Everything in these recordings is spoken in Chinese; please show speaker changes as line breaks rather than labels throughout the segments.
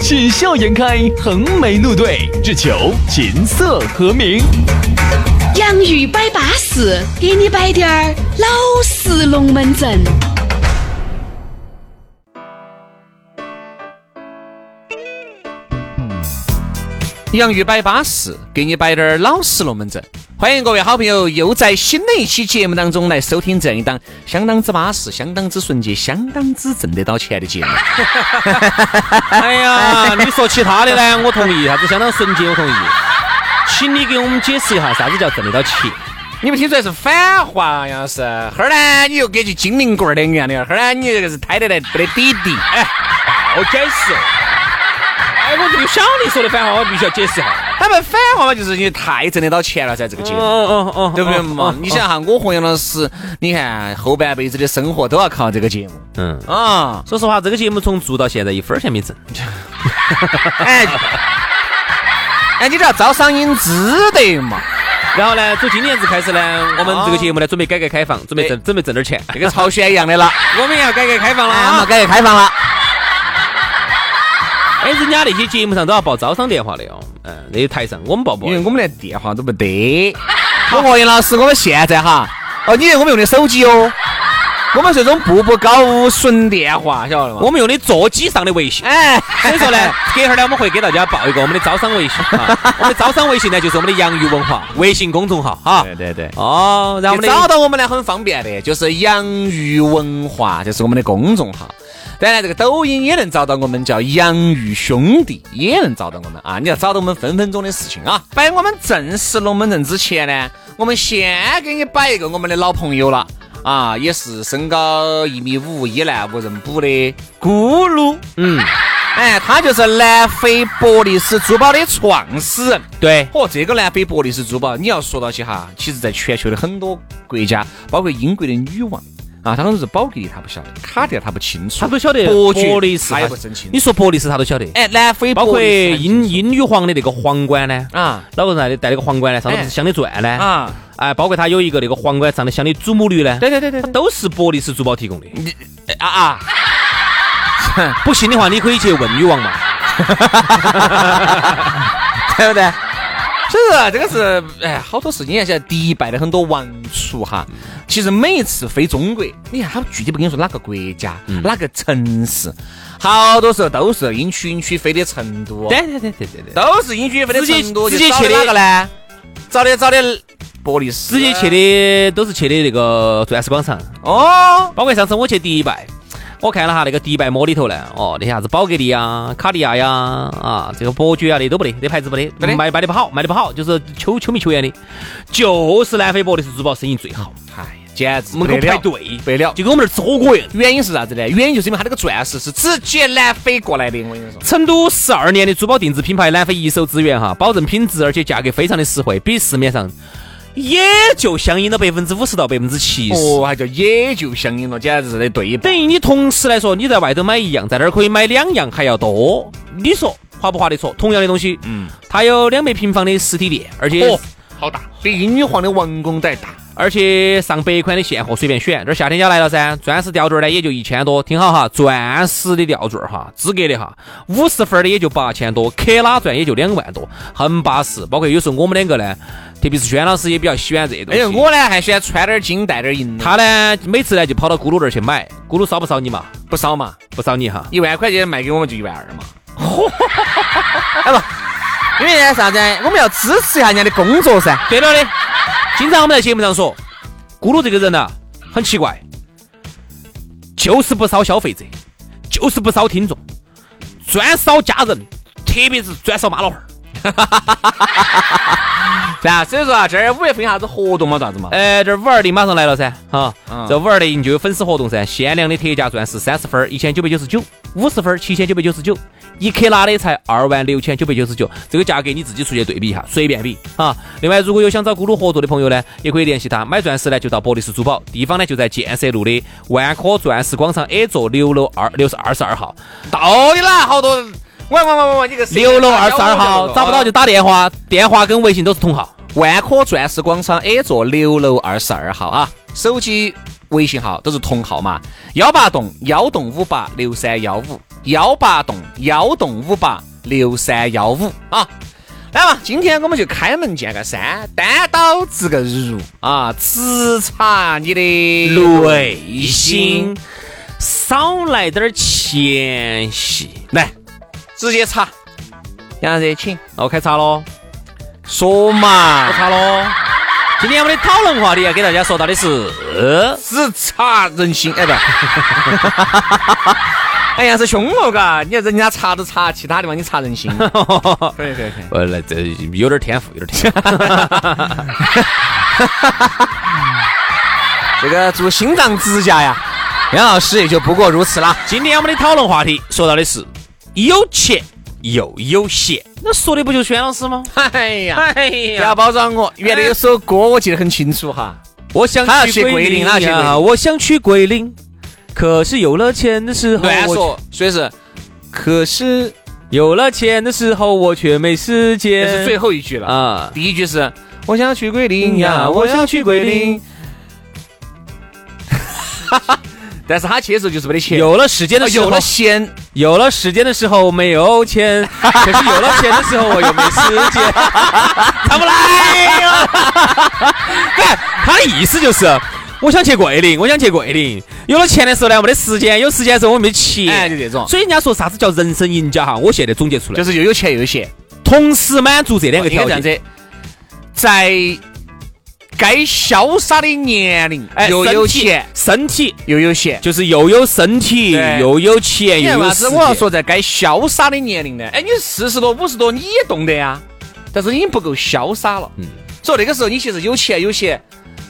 喜笑颜开，横眉怒对，只求琴瑟和鸣。
洋芋摆巴士，给你摆点儿老式龙门阵。
洋芋摆巴适，给你摆点儿老实龙门阵。欢迎各位好朋友又在新的一期节目当中来收听这样一档相当之巴适、相当之纯洁、相当之挣得到钱的节目。
哎呀，你说其他的呢？我同意，啥子相当纯洁，我同意。请你给我们解释一下，啥子叫挣得到钱？
你们听出来是反话呀？是，后儿呢你又给句精灵棍儿两样的，后儿呢你这个是胎得来不得底底。哎，
我解释。哎，我这个想你说的反话，我必须要解释一下。
他们反话嘛，就是你太挣得到钱了噻，这个节目。
哦哦
对不对嘛？你想哈，我和杨老师，你看后半辈子的生活都要靠这个节目。
嗯
啊，
说实话，这个节目从做到现在一分儿钱没挣。
哎，哎，你这要招商引资得嘛？
然后呢，从今年子开始呢，我们这个
哦
节目呢，准备改革开放，准备挣准备挣点儿钱。
这个朝鲜一样的了，
我们要改革开放了
哎，我
啊
们！改革开放了。
哎，人家那些节目上都要报招商电话的哦。嗯，那些台上我们报不
因为？我们连电话都不得。我和杨老师，我们现在哈，哦，你以为我们用的手机哦，我们是这种步步高无损电话，晓得吗？
我们用的座机上的微 信。
哎，
所以说呢，隔一会儿呢，我们会给大家报一个我们的招商微信啊，我们的招商微信呢就是我们的洋芋文化微信公众号哈。
对对对。
哦，然后我们
找
的
到我们呢很方便的，就是洋芋文化，就是我们的公众号。当然，这个抖音也能找到我们，叫洋芋兄弟，也能找到我们啊！你要找到我们分分钟的事情啊！摆我们正式龙门阵之前呢，我们先给你摆一个我们的老朋友了啊，也是身高一米五，一男无人补的咕噜，嗯，哎，他就是南非伯利斯珠宝的创始人。
对
哦，这个南非伯利斯珠宝，你要说到起哈，其实在全球的很多国家，包括英国的女王啊，她可能是宝格丽，她不晓得，卡地亚她不清楚，
他都晓得
伯爵
伯利斯
她
他
也不真清楚
你。说伯利斯他都晓得，
哎，南非
包
伯
括
利斯她
英英女皇的那个皇冠呢，
啊哎
老个人戴的戴那个皇冠呢，上头不是镶的钻呢，
啊，
哎，包括他有一个那个皇冠上的镶的祖母绿呢，
对对对对
它都是伯利斯珠宝提供的。
对啊啊，
不信的话，你可以去问女 王嘛。
对不对？所以说这个是哎，好多事情。你看现在迪拜的很多王储哈，其实每一次飞中国，你看他具体不跟你说哪个国家、
嗯
哪个城市，好多时候都是英区英区飞的成都。哦
对对对对对对，
都是英区飞的成都，
直接
就找
直接去
的
的
哪个呢？找的找的伯利斯，
直接去的都是去的那个钻石广场。
哦，
包括上次我去迪拜，我看了哈那个迪拜摩里头呢，哦，那些啥子宝格丽呀、卡地亚呀、啊这个伯爵啊那都不得，那牌子不得，
不得
卖卖得不好，卖得不好，就是求求名求艳的，就是南非伯利斯珠宝生意最好，
哎呀，简直
门口排
不
队，
得了，不得了。
就跟我们那儿吃火锅一样。
原因是啥子呢？原因就是因为它那个钻石是直接南非过来的，我跟你说。
成都十二年的珠宝定制品牌南非一手资源哈，保证品质，而且价格非常的实惠，比市面上也就相应了百分之五十到百分之七十。
哦，还叫也就相应了，简直是的对半
等。于你同时来说，你在外头买一样，在那儿可以买两样还要多。你说划不划得着？同样的东西，嗯，它有两百平方的实体店，而且、
哦，好大，比英女皇的王宫都还大。
而且上百款的现货随便选。这儿夏天家来了噻，钻石吊坠呢也就一千多，听好哈，钻石的吊坠哈，资格的哈，五十分的也就八千多，克拉钻也就两万多，很巴适。包括有时候我们两个呢，特别是轩老师也比较喜欢这些东
哎
西。
呦，我呢还喜欢穿点金带点银的，
他呢每次呢就跑到咕噜那儿去买，咕噜少不少你嘛？
不少嘛，
不少你哈。
一万块钱卖给我们就一万二 嘛。哎不，因为呢啥子呢？我们要支持一下人家的工作噻。
对了的，经常我们在节目上说，咕噜这个人呐、啊很奇怪，就是不烧消费者，就是不烧听众，专烧家人，特别是专烧妈老汉儿。
噻、啊，所以说啊，这儿五月份有啥子活动嘛？啥子嘛？
哎，这五二零马上来了噻，哈、
嗯
这五二零就有粉丝活动噻，限量的特价钻石三十分一千九百九十九，五十分七千九百九十九，一克拉的才二万六千九百九十九，这个价格你自己出去对比一下，随便比啊。另外，如果有想找咕噜合作的朋友呢，也可以联系他，买钻石呢就到博利斯珠宝，地方呢就在建设路的万科钻石广场 A 座六楼二六十二十二号，
到底啦，好多，喂喂喂喂喂，你个
六楼二十二号，找不到就打电话，电话跟微信都是同号。
万科钻石广场 A 座六楼二十二号啊，手机、微信号都是同号嘛，幺八栋幺栋五八六三幺五，幺八栋幺栋五八六三幺五啊。来嘛，今天我们就开门见个山，单刀直个入啊，直查你的
内心，少来点儿前戏。
来，直接查。杨老师，请
那我开叉喽，
说嘛
开，叉喽。今天我们的讨论话题要给大家说到的是，呃
只查人心， 哎不，哎呀是凶了嘎，你看人家查都查其他地方，你查人 心，可以可以可以，
呃， 来这有点天赋，有点天赋。
这个做心脏支架呀，杨老师也就不过如此啦。
今天我们的讨论话题说到的是有钱又有闲，那说的不就是轩老师吗？
哎呀，
哎
不要
呀，
包装我，原来有首歌我记得很清楚哈，
我想
他要
去
去桂林啊他要去桂
呀，
林
我想去桂林，可是有了钱的时候，
乱
我
啊说，所以是，可是
有了钱的时候我却没时
这
间。
是最后一句了，
啊，
呃第一句是我想去桂林呀，我想去桂林， 但是他去的时候就是没得钱，
啊有了时间的
哦
时候，
有了钱。
有了时间的时候没有钱， 可是有了钱的时候我又没时间， 他不来 了。对，他的意思就是，我想去桂林，我想去桂林。有了钱的时候呢，没得时间；有时间的时候我没钱。
哎，就这种，
所以人家说啥子叫人生赢家哈？我现在总结出来，
就是又有钱又有闲。
同时满足这两
应
个
该
条
这样
件。
子，在该潇洒的年龄，
哎，
又
身
有
体
钱
身体
又有闲。
就是又有身体，
对
又有钱，
你
又
看
有
嘛，
时
是
间。
我要说在该潇洒的年龄呢，哎，你四十多、五十多你也动得呀，但是已经不够潇洒了。嗯，所以那个时候你其实有钱有闲。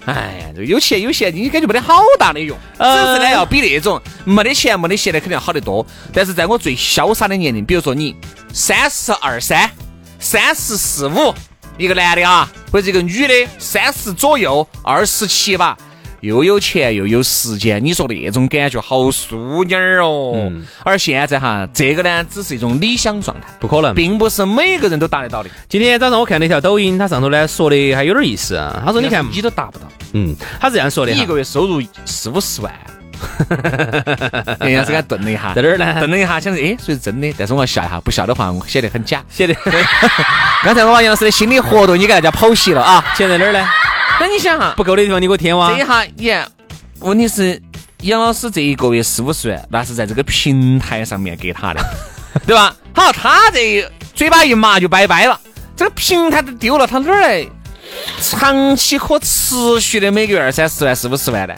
哎呀，这有钱有闲，你感觉没得好大的用，只
呃
是呢要比那种没得钱没得闲的肯定要好得多。但是在我最潇洒的年龄，比如说你三十二三、三十四五，一个男的啊，或者一个女的三十左右、二十七吧，又有钱又有时间，你说那种感觉好淑女儿哦。
嗯
而现在哈，这个呢只是一种理想状态，
不可能。
并不是每个人都达得到的。
今天早上我看了一条抖音，它上头呢说的还有点意思啊。他说：“你看，
你都达不到，
嗯，他是这样说的
你一
哈，
个月收入四五十万。 哎呀，这个顿了一下，
在哪儿呢？
顿了一下，想着哎，说是真的，但是我要笑一下，不笑的话，我显得很假。
写 的
刚才我把杨老师的心理活动，你给大家剖析了啊。
写在哪儿呢？
那你想哈，
不够的地方你给我添啊哇
这一。下也，问题是杨老师这一个月四五十万，那是在这个平台上面给 他的，对吧？好，他这嘴巴一麻就拜拜了，这个平台都丢了，他哪儿来长期可持续的每个月二三十万、四五十 万呢？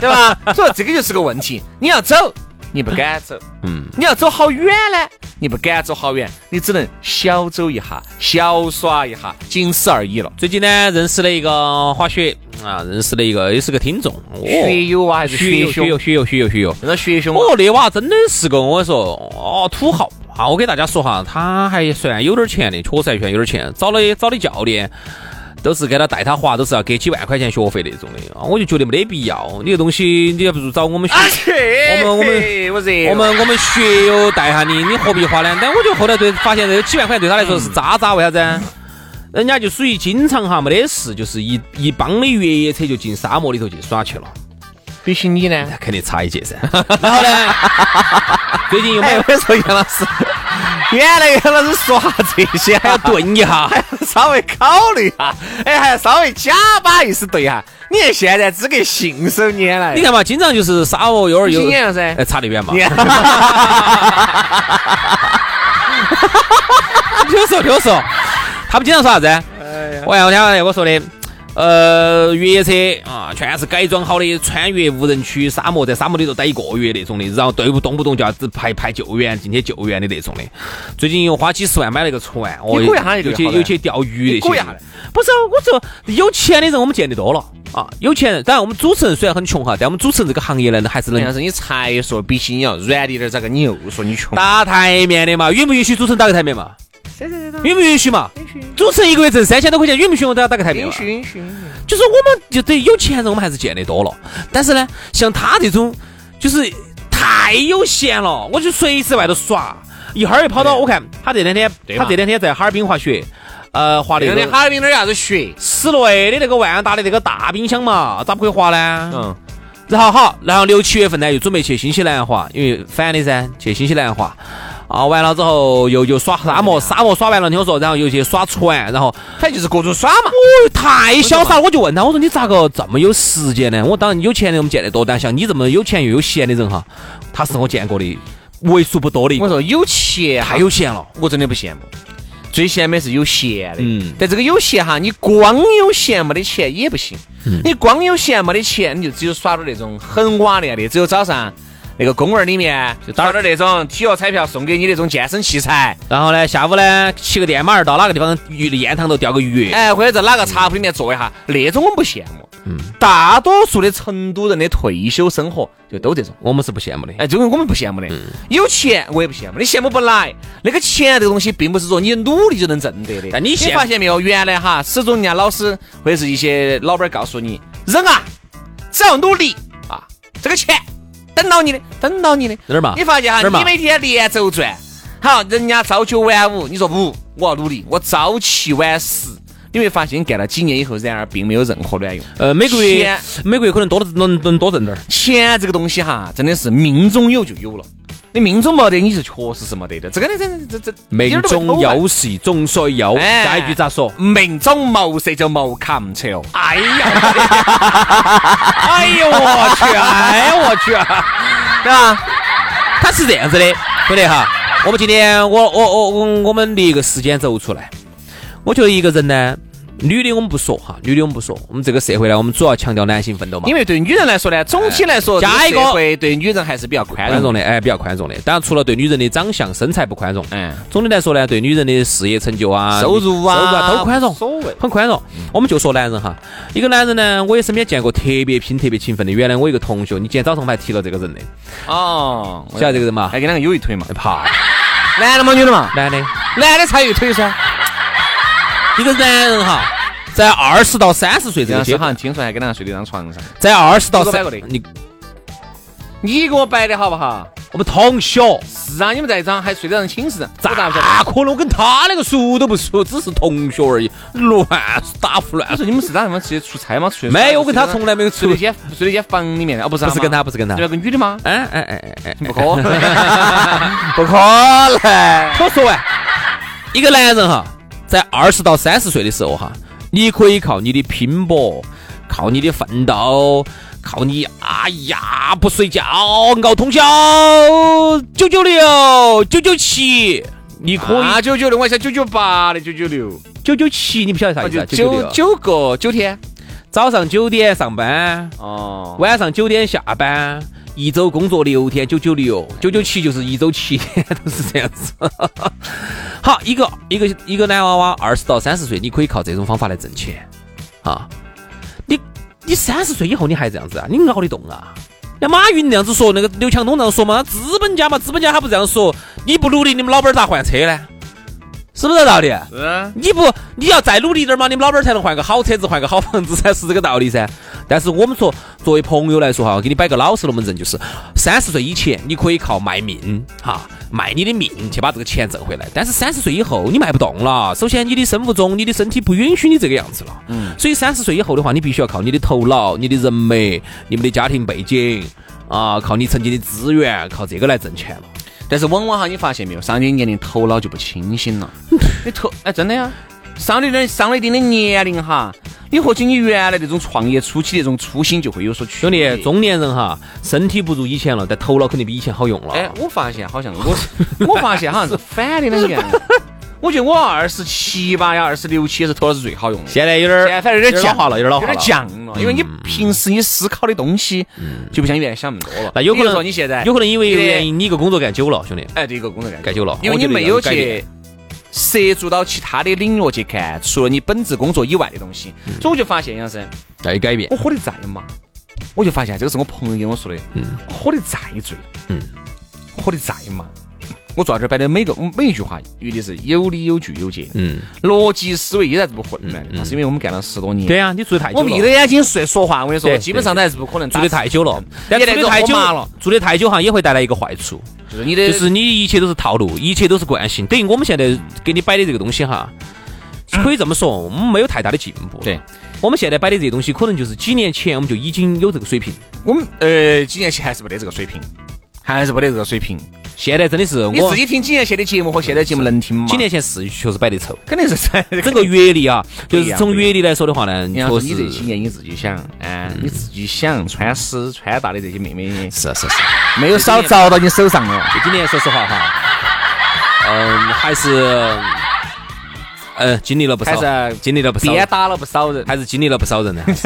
对吧？所以这个就是个问题，你要走。你不敢走，嗯，你要走好远呢，你不敢走好远，你只能小走一下，小耍一下，仅此而已了。
最近呢，认识了一个滑雪啊，认识了一个也是个听众，
学
哦，
友啊，还是
雪友雪
学兄
友？雪友雪友雪友。
那学兄啊
哦，那娃真的是个我跟你说哦土豪啊！我给大家说哈，他还算有点钱的，确实还算有点钱，找的找的教练。都是给他带他滑，都是要给几万块钱学费那种的啊！我就觉得没得必要，你这东西你还不如找我们学。
啊去！
我们我们
嘿我热了，
我们我们学友带下你，你何必花呢？但我就后来对发现，这几万块对他来说是渣渣，为啥子啊？人家就属于经常哈没得事，就是一一帮的越野车就进沙漠里头去耍去了，
必须你呢。
肯定差一截噻。 然后呢，最近又买
哎，我跟你说，杨老师，原来杨老师说哈这些，
还要顿一下，
稍微考虑一下，哎，还要稍微假把意思对一下。你看现在只给信手拈来，
你看嘛，经常就是沙漠幼儿
信
园，
眼噻
哎，。差得远嘛。
你
听
看
我
哎
说，听我说，他们经常说啥子？我看我听我说的，呃，越野车啊，全是改装好的，穿越无人区、沙漠，在沙漠里头待一个月那种的，然后对不动不动就要只派派救援进去救援啊的那种的。最近又花几十万买了个船，哦，
你鼓一下
又
就
去
好了
又去钓鱼
你
那
鼓一
些
下。
不是，啊我说有钱的人我们见得多了啊，有钱人。当然，我们主持人虽然很穷哈，但我们主持人这个行业呢，还是能
但是你才说比心要软滴点儿，咋个你又说你穷？
打台面的嘛，允不允许主持人打个台面嘛？允不允许嘛？主持人一个月挣三千多块钱，允不允许我都要打个台面嘛？
允许。
就是我们就对有钱人，我们还是见得多了。但是呢，像他这种，就是太有闲了，我就随时外头耍，一会儿又跑到
对
我看他这两天，
对
他
嘛
这两天在哈尔滨滑雪，呃，滑那
那
个
天哈尔滨那儿有啥子雪？
室内的那个万达的那个大冰箱嘛，咋不会滑呢？
嗯，
然后好，然后六七月份呢又准备去新西兰滑，因为反的噻，去新西兰滑。啊，完了之后又又耍沙漠，沙漠耍完了，听我说，然后又去耍船，然后
反正就是各种耍嘛。
哦，太潇洒了！我就问他，我说你咋个这么有时间呢？我当然有钱的我们见得多，但像你这么有钱又有闲的人哈，他是我见过的为数不多的一
我
个，
说有钱哈
太有闲了。
我真的不羡慕。最羡慕的是有闲的，
嗯
但这个有闲哈，你光有闲没得钱也不行，你光有闲没得钱，你就只有耍点那种很瓦砾的，只有早上那个公园里面就打点那种体育彩票送给你那种健身器材，
然后呢，下午呢骑个电马儿到哪个地方鱼的烟塘头钓个鱼，
哎，或者在哪个茶铺里面坐一下，那种我们不羡慕。大多数的成都人的退休生活就都这种。
我们是不羡慕的。嗯
哎，这个我们不羡慕的，有钱我也不羡慕，你羡慕不来。那个钱这个东西，并不是说你努力就能挣得的。
但你羡慕
发现没有？原来哈，始终人家老师或者是一些老板告诉你，人啊，只要努力啊，这个钱等到你的，等到你的。
哪儿嘛
你发现哈，
哪儿嘛
你每天连轴转，好，人家朝九晚五，你说不，我要努力，我朝七晚十。你会发现，你干了几年以后，然而并没有任何卵用。
呃，每个月
钱
每个月可能多了能能多挣点儿。
钱这个东西哈，真的是命中有就有了。你命中没得，你是确实是没得的。这个呢，这这这
命中有时终须有，
哎
下一句咋说？
命中无色就无看不透。哎 呀，哎呦我去，哎呦我去，对吧？
他是这样子的，兄弟哈，我们今天我我我我我们列一个时间轴出来，我觉得一个人呢，女的我们不说哈，女的我们不说，我们这个社会呢，我们主要强调男性奋斗嘛
因。为对女人来说呢，总体来说，
加一个
这社会对女人还是比较宽
宽
容
容
的。
的，哎，比较宽容的。当然，除了对女人的长相、身材不宽容，
嗯，
总的来说呢，对女人的事业成就啊、
收入啊
收入啊都宽容，
无所谓
很宽容。我们就说男人哈，一个男人呢，我也身边见过特别拼、特别勤奋的。原来我一个同学，你今天早上我们还提了这个人的，
哦，
晓得这个人嘛？
还跟两个有一腿嘛？
怕
男的嘛，女的嘛？
男的。
男的才有一腿噻。
一个男人哈，在二十到三十岁这
这
个
样
阶
子好
段，
像听说还跟两个睡在一张床上。
在二十到
你给
三
我摆过来
你
你给我摆的好不好？
我们同小，
是啊，你们在一张还睡得上寝室，我咋不晓得？
咋可能？我跟他那个熟都不熟，只是同学而已，乱打胡
他
乱。
说你们是打什么去出差吗？出去
没有，我跟他从来没有
睡
处
了一。间睡了一间房里面的，哦不是啊，
不是跟他，不是跟他
对。那个女 的吗？
哎哎哎哎哎，
不可能，不可能。
听哎我说完，一个男人哈，在二十到三十岁的时候哈，你可以靠你的拼搏，靠你的奋斗，靠你哎呀不睡觉熬通宵，九九六九九七，你可以
啊，九九六，我想九九八的，九九六，哦
九九七，你不晓得啥意思
就
啊？九
九
九六，
九个九天。
早上九点上班，
哦，
晚上九点下班，一周工作六天，九九六，九九七就是一周七天， 都是这样子。好，一个一个一个男娃娃二十到三十岁，你可以靠这种方法来挣钱啊！你你三十岁以后你还这样子啊？你熬得动啊？那马云那样子说，那个刘强东那样说嘛，资本家嘛，资本家他不这样说，你不努力，你们老板儿咋换车呢？是不是这道理？
嗯，
你不，你要再努力点儿嘛，你们老板儿才能换个好车子，换个好房子噻，是这个道理噻。但是我们说，作为朋友来说哈，给你摆个老实龙门阵，就是三十岁以前，你可以靠卖命哈，卖你的命去把这个钱挣回来。但是三十岁以后，你卖不动了，首先你的生物钟、你的身体不允许你这个样子了。嗯，所以三十岁以后的话，你必须要靠你的头脑、你的人脉、你们的家庭背景啊，靠你曾经的资源，靠这个来挣钱了。
但是往往哈，你发现没有，上了一定年龄头脑就不清醒 了。你头哎，真的呀，上了一点上了一定的年龄哈，你或许你原来那种创业初期那种初心就会有所区
兄
别。
弟，中年人哈，身体不如以前了，
哎
但头脑肯定比以前好用了。
哎，我发现好像我，我发现好像是反的两个样。我觉得我二十七八呀，二十六七也是头脑是最好用的。
现在有点儿，
现在反正有点
老
降
化了，有点老化
有
了。嗯
点降了，因为你平时你思考的东西就不像原来想那么多了。
那嗯有可
比如
能
说你现在
有可能因为
你的
原因，你一个工作干久了，兄弟，
哎，对一个工作干
干久了，
因为
我
你
觉得
没
要
有
改变
去涉足到其他的领域去看，除了你本职工作以外的东西，
嗯
所以我就发现杨生，
要有改变。
我喝的再嘛，我就发现这个是我朋友跟我说的，
嗯
喝的再醉，
嗯，
喝的再嘛，我坐这儿摆的每个每一句话，用的是有理有据有节，
嗯，
逻辑思维依然是不混乱的，
嗯嗯
那是因为我们干了十多年。
对呀，你做的太久
我
了，
闭着眼睛睡说话，我跟你说，
对
基本上都还是不可能
做的太久了，但
但
做的太久
麻了，，
做的太久哈也会带来一个坏处，
就是你的
就是你一切都是套路，一切都是惯性，等于我们现在给你摆的这个东西哈，可以这么说，我们没有太大的进步。
对，
我们现在摆的这些东西，可能就是几年前我们就已经有这个水平，
我们呃几年前还是没得这个水平，还是没得这个水平。
现在真的是
你
我
自己听几年前的节目和现在节目能听吗？
几年前是确实摆的丑。
肯定是在
整个阅历啊，
不
就
一样
是从阅历来说的话呢，
你要说
确
你这
实嗯
几年你自己想，哎，你自己想穿丝穿大的这些妹妹，
是是是。
没有少遭到你手上哦。
这几年说实话哈，嗯，还是，呃，经历了不少，
还是
经历了不少人，
鞭打了不少人，哎
还是经历了不少人呢，还是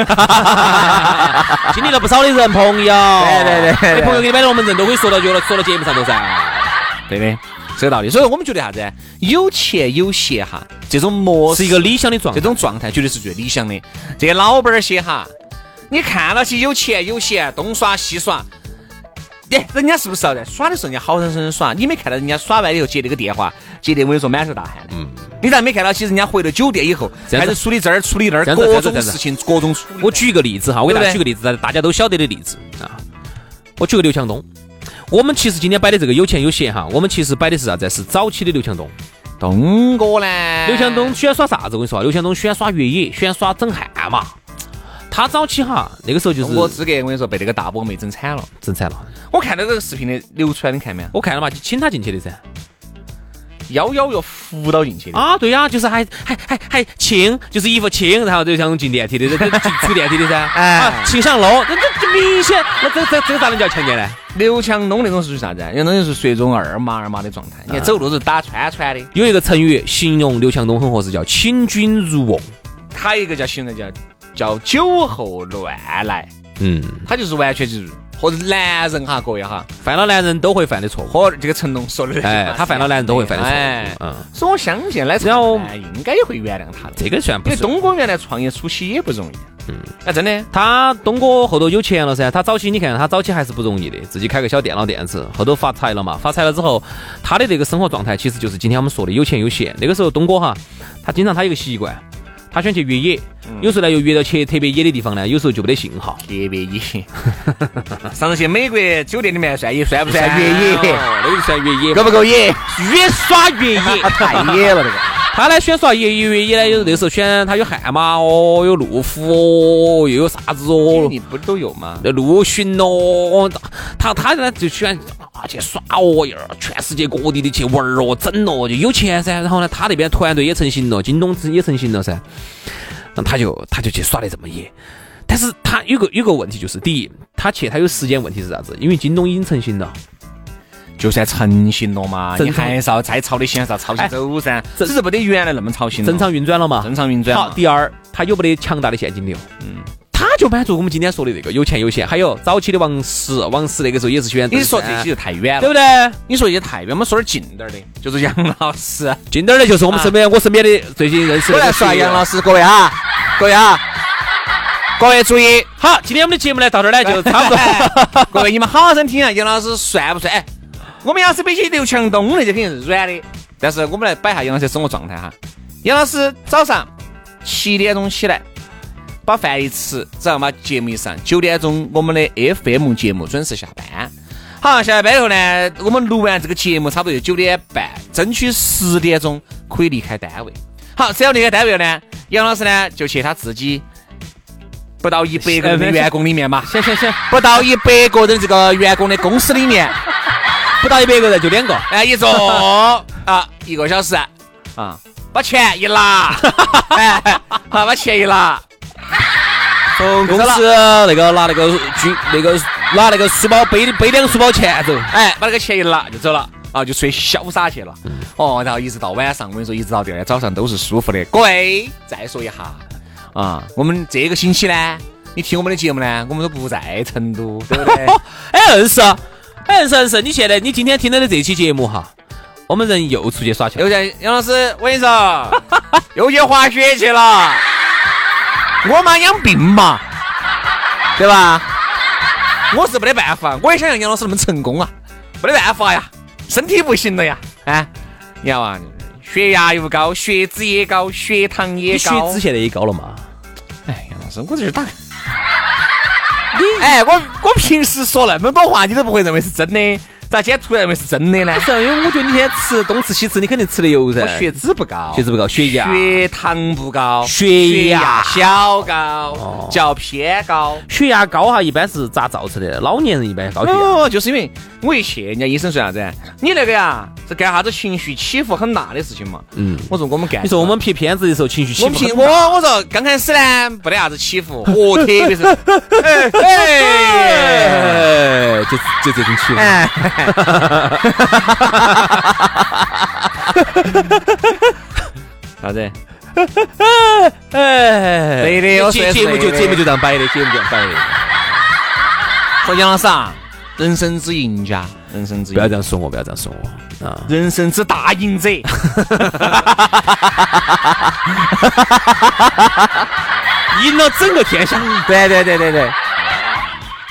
经历了不少的人，朋友，对
对对对
朋友给你摆龙门阵都可以说到就了，说到节目上啊头噻，
对的，这个道理。所以我们觉得啥子？有钱有闲哈，这种模式
是一个理想的状
这
态。
种状态绝对是最理想的。这些老板儿些哈，你看到起有钱有闲，东耍西耍。哎，人家是不是啊？在耍的时候，人家好生生的耍，你没看到人家耍完以后接那个电话，接的我跟你说满头大汗的。嗯，你咋没看到？其实人家回到酒店以后，
这样
开
子
始处理这儿，处理那儿，
这样子
各
这
种
样子
事情，各种处理。
我举一个例子哈，我给大家
对
举
不
个例子，大大家都晓得的例子啊。我举个刘强东，我们其实今天摆的这个有钱有闲哈，我们其实摆的是啥子？是早期的刘强东。
东哥呢？
刘强东喜欢耍啥子？我跟你说啊，刘强东喜欢耍越野，喜欢耍整悍马。他早期哈，那个时候就
中国
是
资格，我跟你说被那个大波妹整惨了。
整惨了。
我看到这个视频的流出来，你看没有？
我看了嘛，就请他进去的噻。
幺幺要扶到进去的。
啊，对呀、就是还还还还请，就是衣服请，然后刘强东进电梯的，这这进出电梯的噻。
哎
啊，请上楼，这这这明显，那这这这个咋能叫强奸呢？
刘强东那种是属于啥子？人家那种是属于一种二麻二麻的状态，
啊
你看走路是打穿穿的。
有一个成语形容刘强东很合适，叫请君入瓮。
还有一个叫形容叫叫酒后乱来，
嗯，
他就是完全就是和男人哈，各位哈，
犯了男人都会犯的错误。
和这个成龙说的那句话
哎，他犯了男人都会犯的错误。
哎，
嗯，
所以我相信来成龙呢应该也会原谅他的，
这个算
因
不
为
是。
东哥原来创业初期也不容易。嗯，哎，真的，
他东哥后头有钱了噻，他早期你看他早期还是不容易的，自己开个小电脑店子，后头发财了嘛，发财了之后，他的这个生活状态其实就是今天我们说的有钱有闲。那个时候东哥哈，他经常他有个习惯，他喜欢去越野，有时候呢又越到去特别野的地方呢，有时候就没得信号。
特别野。上次去美国酒店里面算也算不算越野？
哦那个就算越野，
够不够野？
越耍越野。
太野了，这个。
他呢选耍越野越野呢，有那时候选他有悍马哦，有路虎哦，又有啥子哦。
你不都有吗？
那陆巡咯，哦他他呢就喜欢啊去耍哦呀，全世界各地的去玩儿哦，整哦，就有钱噻。然后呢，他那边团队也成型了，京东也成型了噻。那他就他就去耍得这么野，但是他有个有个问题就是，第一，他去他有时间问题是啥子？因为京东已经成型了，
就算成型了嘛，
正
你
常
还是要再操的心，还是要操心
哎
走噻，
正
只是没得原来那么操心了
正常运转了嘛。
正常运转嘛。
好，第二，他有没得强大的现金流？嗯。他就满足我们今天说的这个有钱有闲，还有早期的王石，王石那个时候也是喜欢登
你
山。
说这些就太远
对不
了，
对？
你说也太远，我们说点近点儿的，就是杨老 师。
近点儿的就是我们身边、我身边的最近认识的
我
那
来
个
说
学员
杨老师，各位 啊，各位啊，各位注意，
好，今天我们的节目呢到这儿呢 就差不多。
各位你们好好生听啊，杨老师帅不帅？哎，我们杨老师比起刘强东那些肯定是软的，但是我们来摆一下杨老师的生活状态哈。杨老师早上七点钟起来。把饭一吃，知道吗？节目一上，九点钟我们的 FM 节目准时下班。好，下了班以后呢，我们录完这个节目，差不多就九点半，争取十点钟可以离开单位。好，只要离开单位呢，杨老师呢就去他自己不到一百个人的员工里面嘛，
行行行，
不到一百个人这个员工的公司里 面，
不到一百个人就两个，
哎，一坐啊，一个小时啊，把钱 一拿，哎，好，把钱一拿，
从公司那个拿那个军那个拿那个书包背背两个书包钱走。嗯
哎，把那个钱一拿就走了，啊，就出去潇洒去了。哦，然后一直到晚上，我跟你说，一直到第二天早上都是舒服的。各位，再说一下啊，我们这个星期呢，你听我们的节目呢，我们都不在成都，对 不对？
哎，硬是，哎，硬是，硬是，你现在你今天听到的这期节目哈，我们人又出去耍去了。
又在杨老师，我跟你 说，又去滑雪去了。我妈养病嘛，对吧？我是没得办法，我也想让杨老师那么成功啊，没得办法呀，身体不行了呀，啊，你看嘛，血压又高，血脂也高，血糖也
你血
高。
脂现在也高了嘛？
哎，杨老师，我这是打。 哎，我我平时说那么多话，你都不会认为是真的，咋今天突然认为是真的呢？
是因为我觉得你天吃东吃西吃，你肯定吃的油噻
我血脂不高，
血脂不高，血压、
血糖不高，
血压哦
小高，较偏高。
血压高哈，一般是咋造成的？老年人一般高血压。
哦，就是因为我一去，人家医生说啥子？你那个呀，是干啥子情绪起伏很大的事情嘛？嗯，我说我们干。
你说我们拍片子的时候情绪起
我
伏
平
很
我
大，
我说刚开始呢，没得啥子 起伏，哦，特别是，哎哎
哎，就就这种起伏。
哎，啥子？
哎，
对的我说
节
的是
节目就
对的
节目就这样摆的，节目就这样摆的。
说杨老师啊，人生之赢家，人生之
不要
赢
这，样说我，不要这样说我啊！
人生之大赢者。
赢了整个天 下。
对对对对对，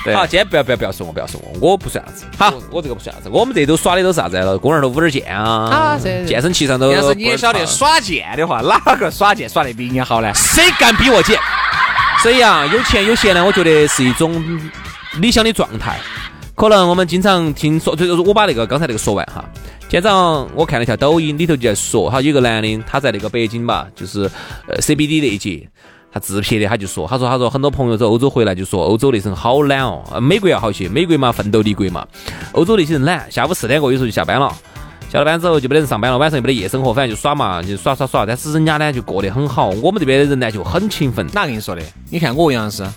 对
好，今天不要不要不要说我，不要说我，我不算啥子。 好，我这个不算啥子。我们这都耍的都是啥子了？公园头舞点剑啊，健身器上都。啊
要是你也晓得，耍剑的话，哪个耍剑耍得比你好呢？
谁敢比我贱？所以啊，有钱有闲呢，我觉得是一种理想的状态。可能我们经常听说，就是我把那个刚才那个说完哈。今天早上我看了一下抖音里头就在说，哈，有个男的他在那个北京吧，就是呃 CBD 那一节，他自拍的，他就说，他说他说很多朋友在欧洲回来就说欧洲那些人好懒哦，呃美国要好些，美国嘛奋斗立国嘛，欧洲那些人懒，下午四点过有时候就下班了。下了班之后就没得人上班了，晚上又没得夜生活，反正就耍嘛，就耍耍耍。但是人家呢就过得很好，我们这边的人呢就很勤奋。
哪个跟你说的？你看我杨老师，
人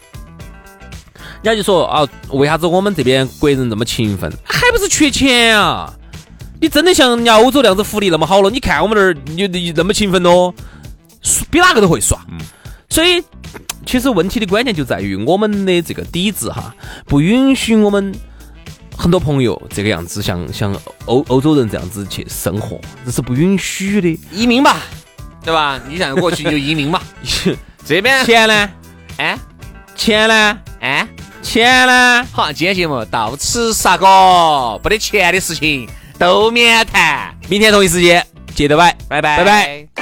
家就说啊，为啥子我们这边国人这么勤奋？还不是缺钱啊！你真的像人家欧洲那样子福利那么好了？你看我们这儿你你那么勤奋咯，比哪个都会耍。所以，其实问题的关键就在于我们的这个底子哈，不允许我们很多朋友这个样子，像像欧欧洲人这样子去生活，这是不允许的。
移民吧，对吧？你想过去你就移民吧， 这边
钱呢？
哎
钱呢？
哎，
钱呢？
好，今天节目到此杀个，没得钱的事情都免谈，
明天同一时间接着摆，
拜拜
拜拜。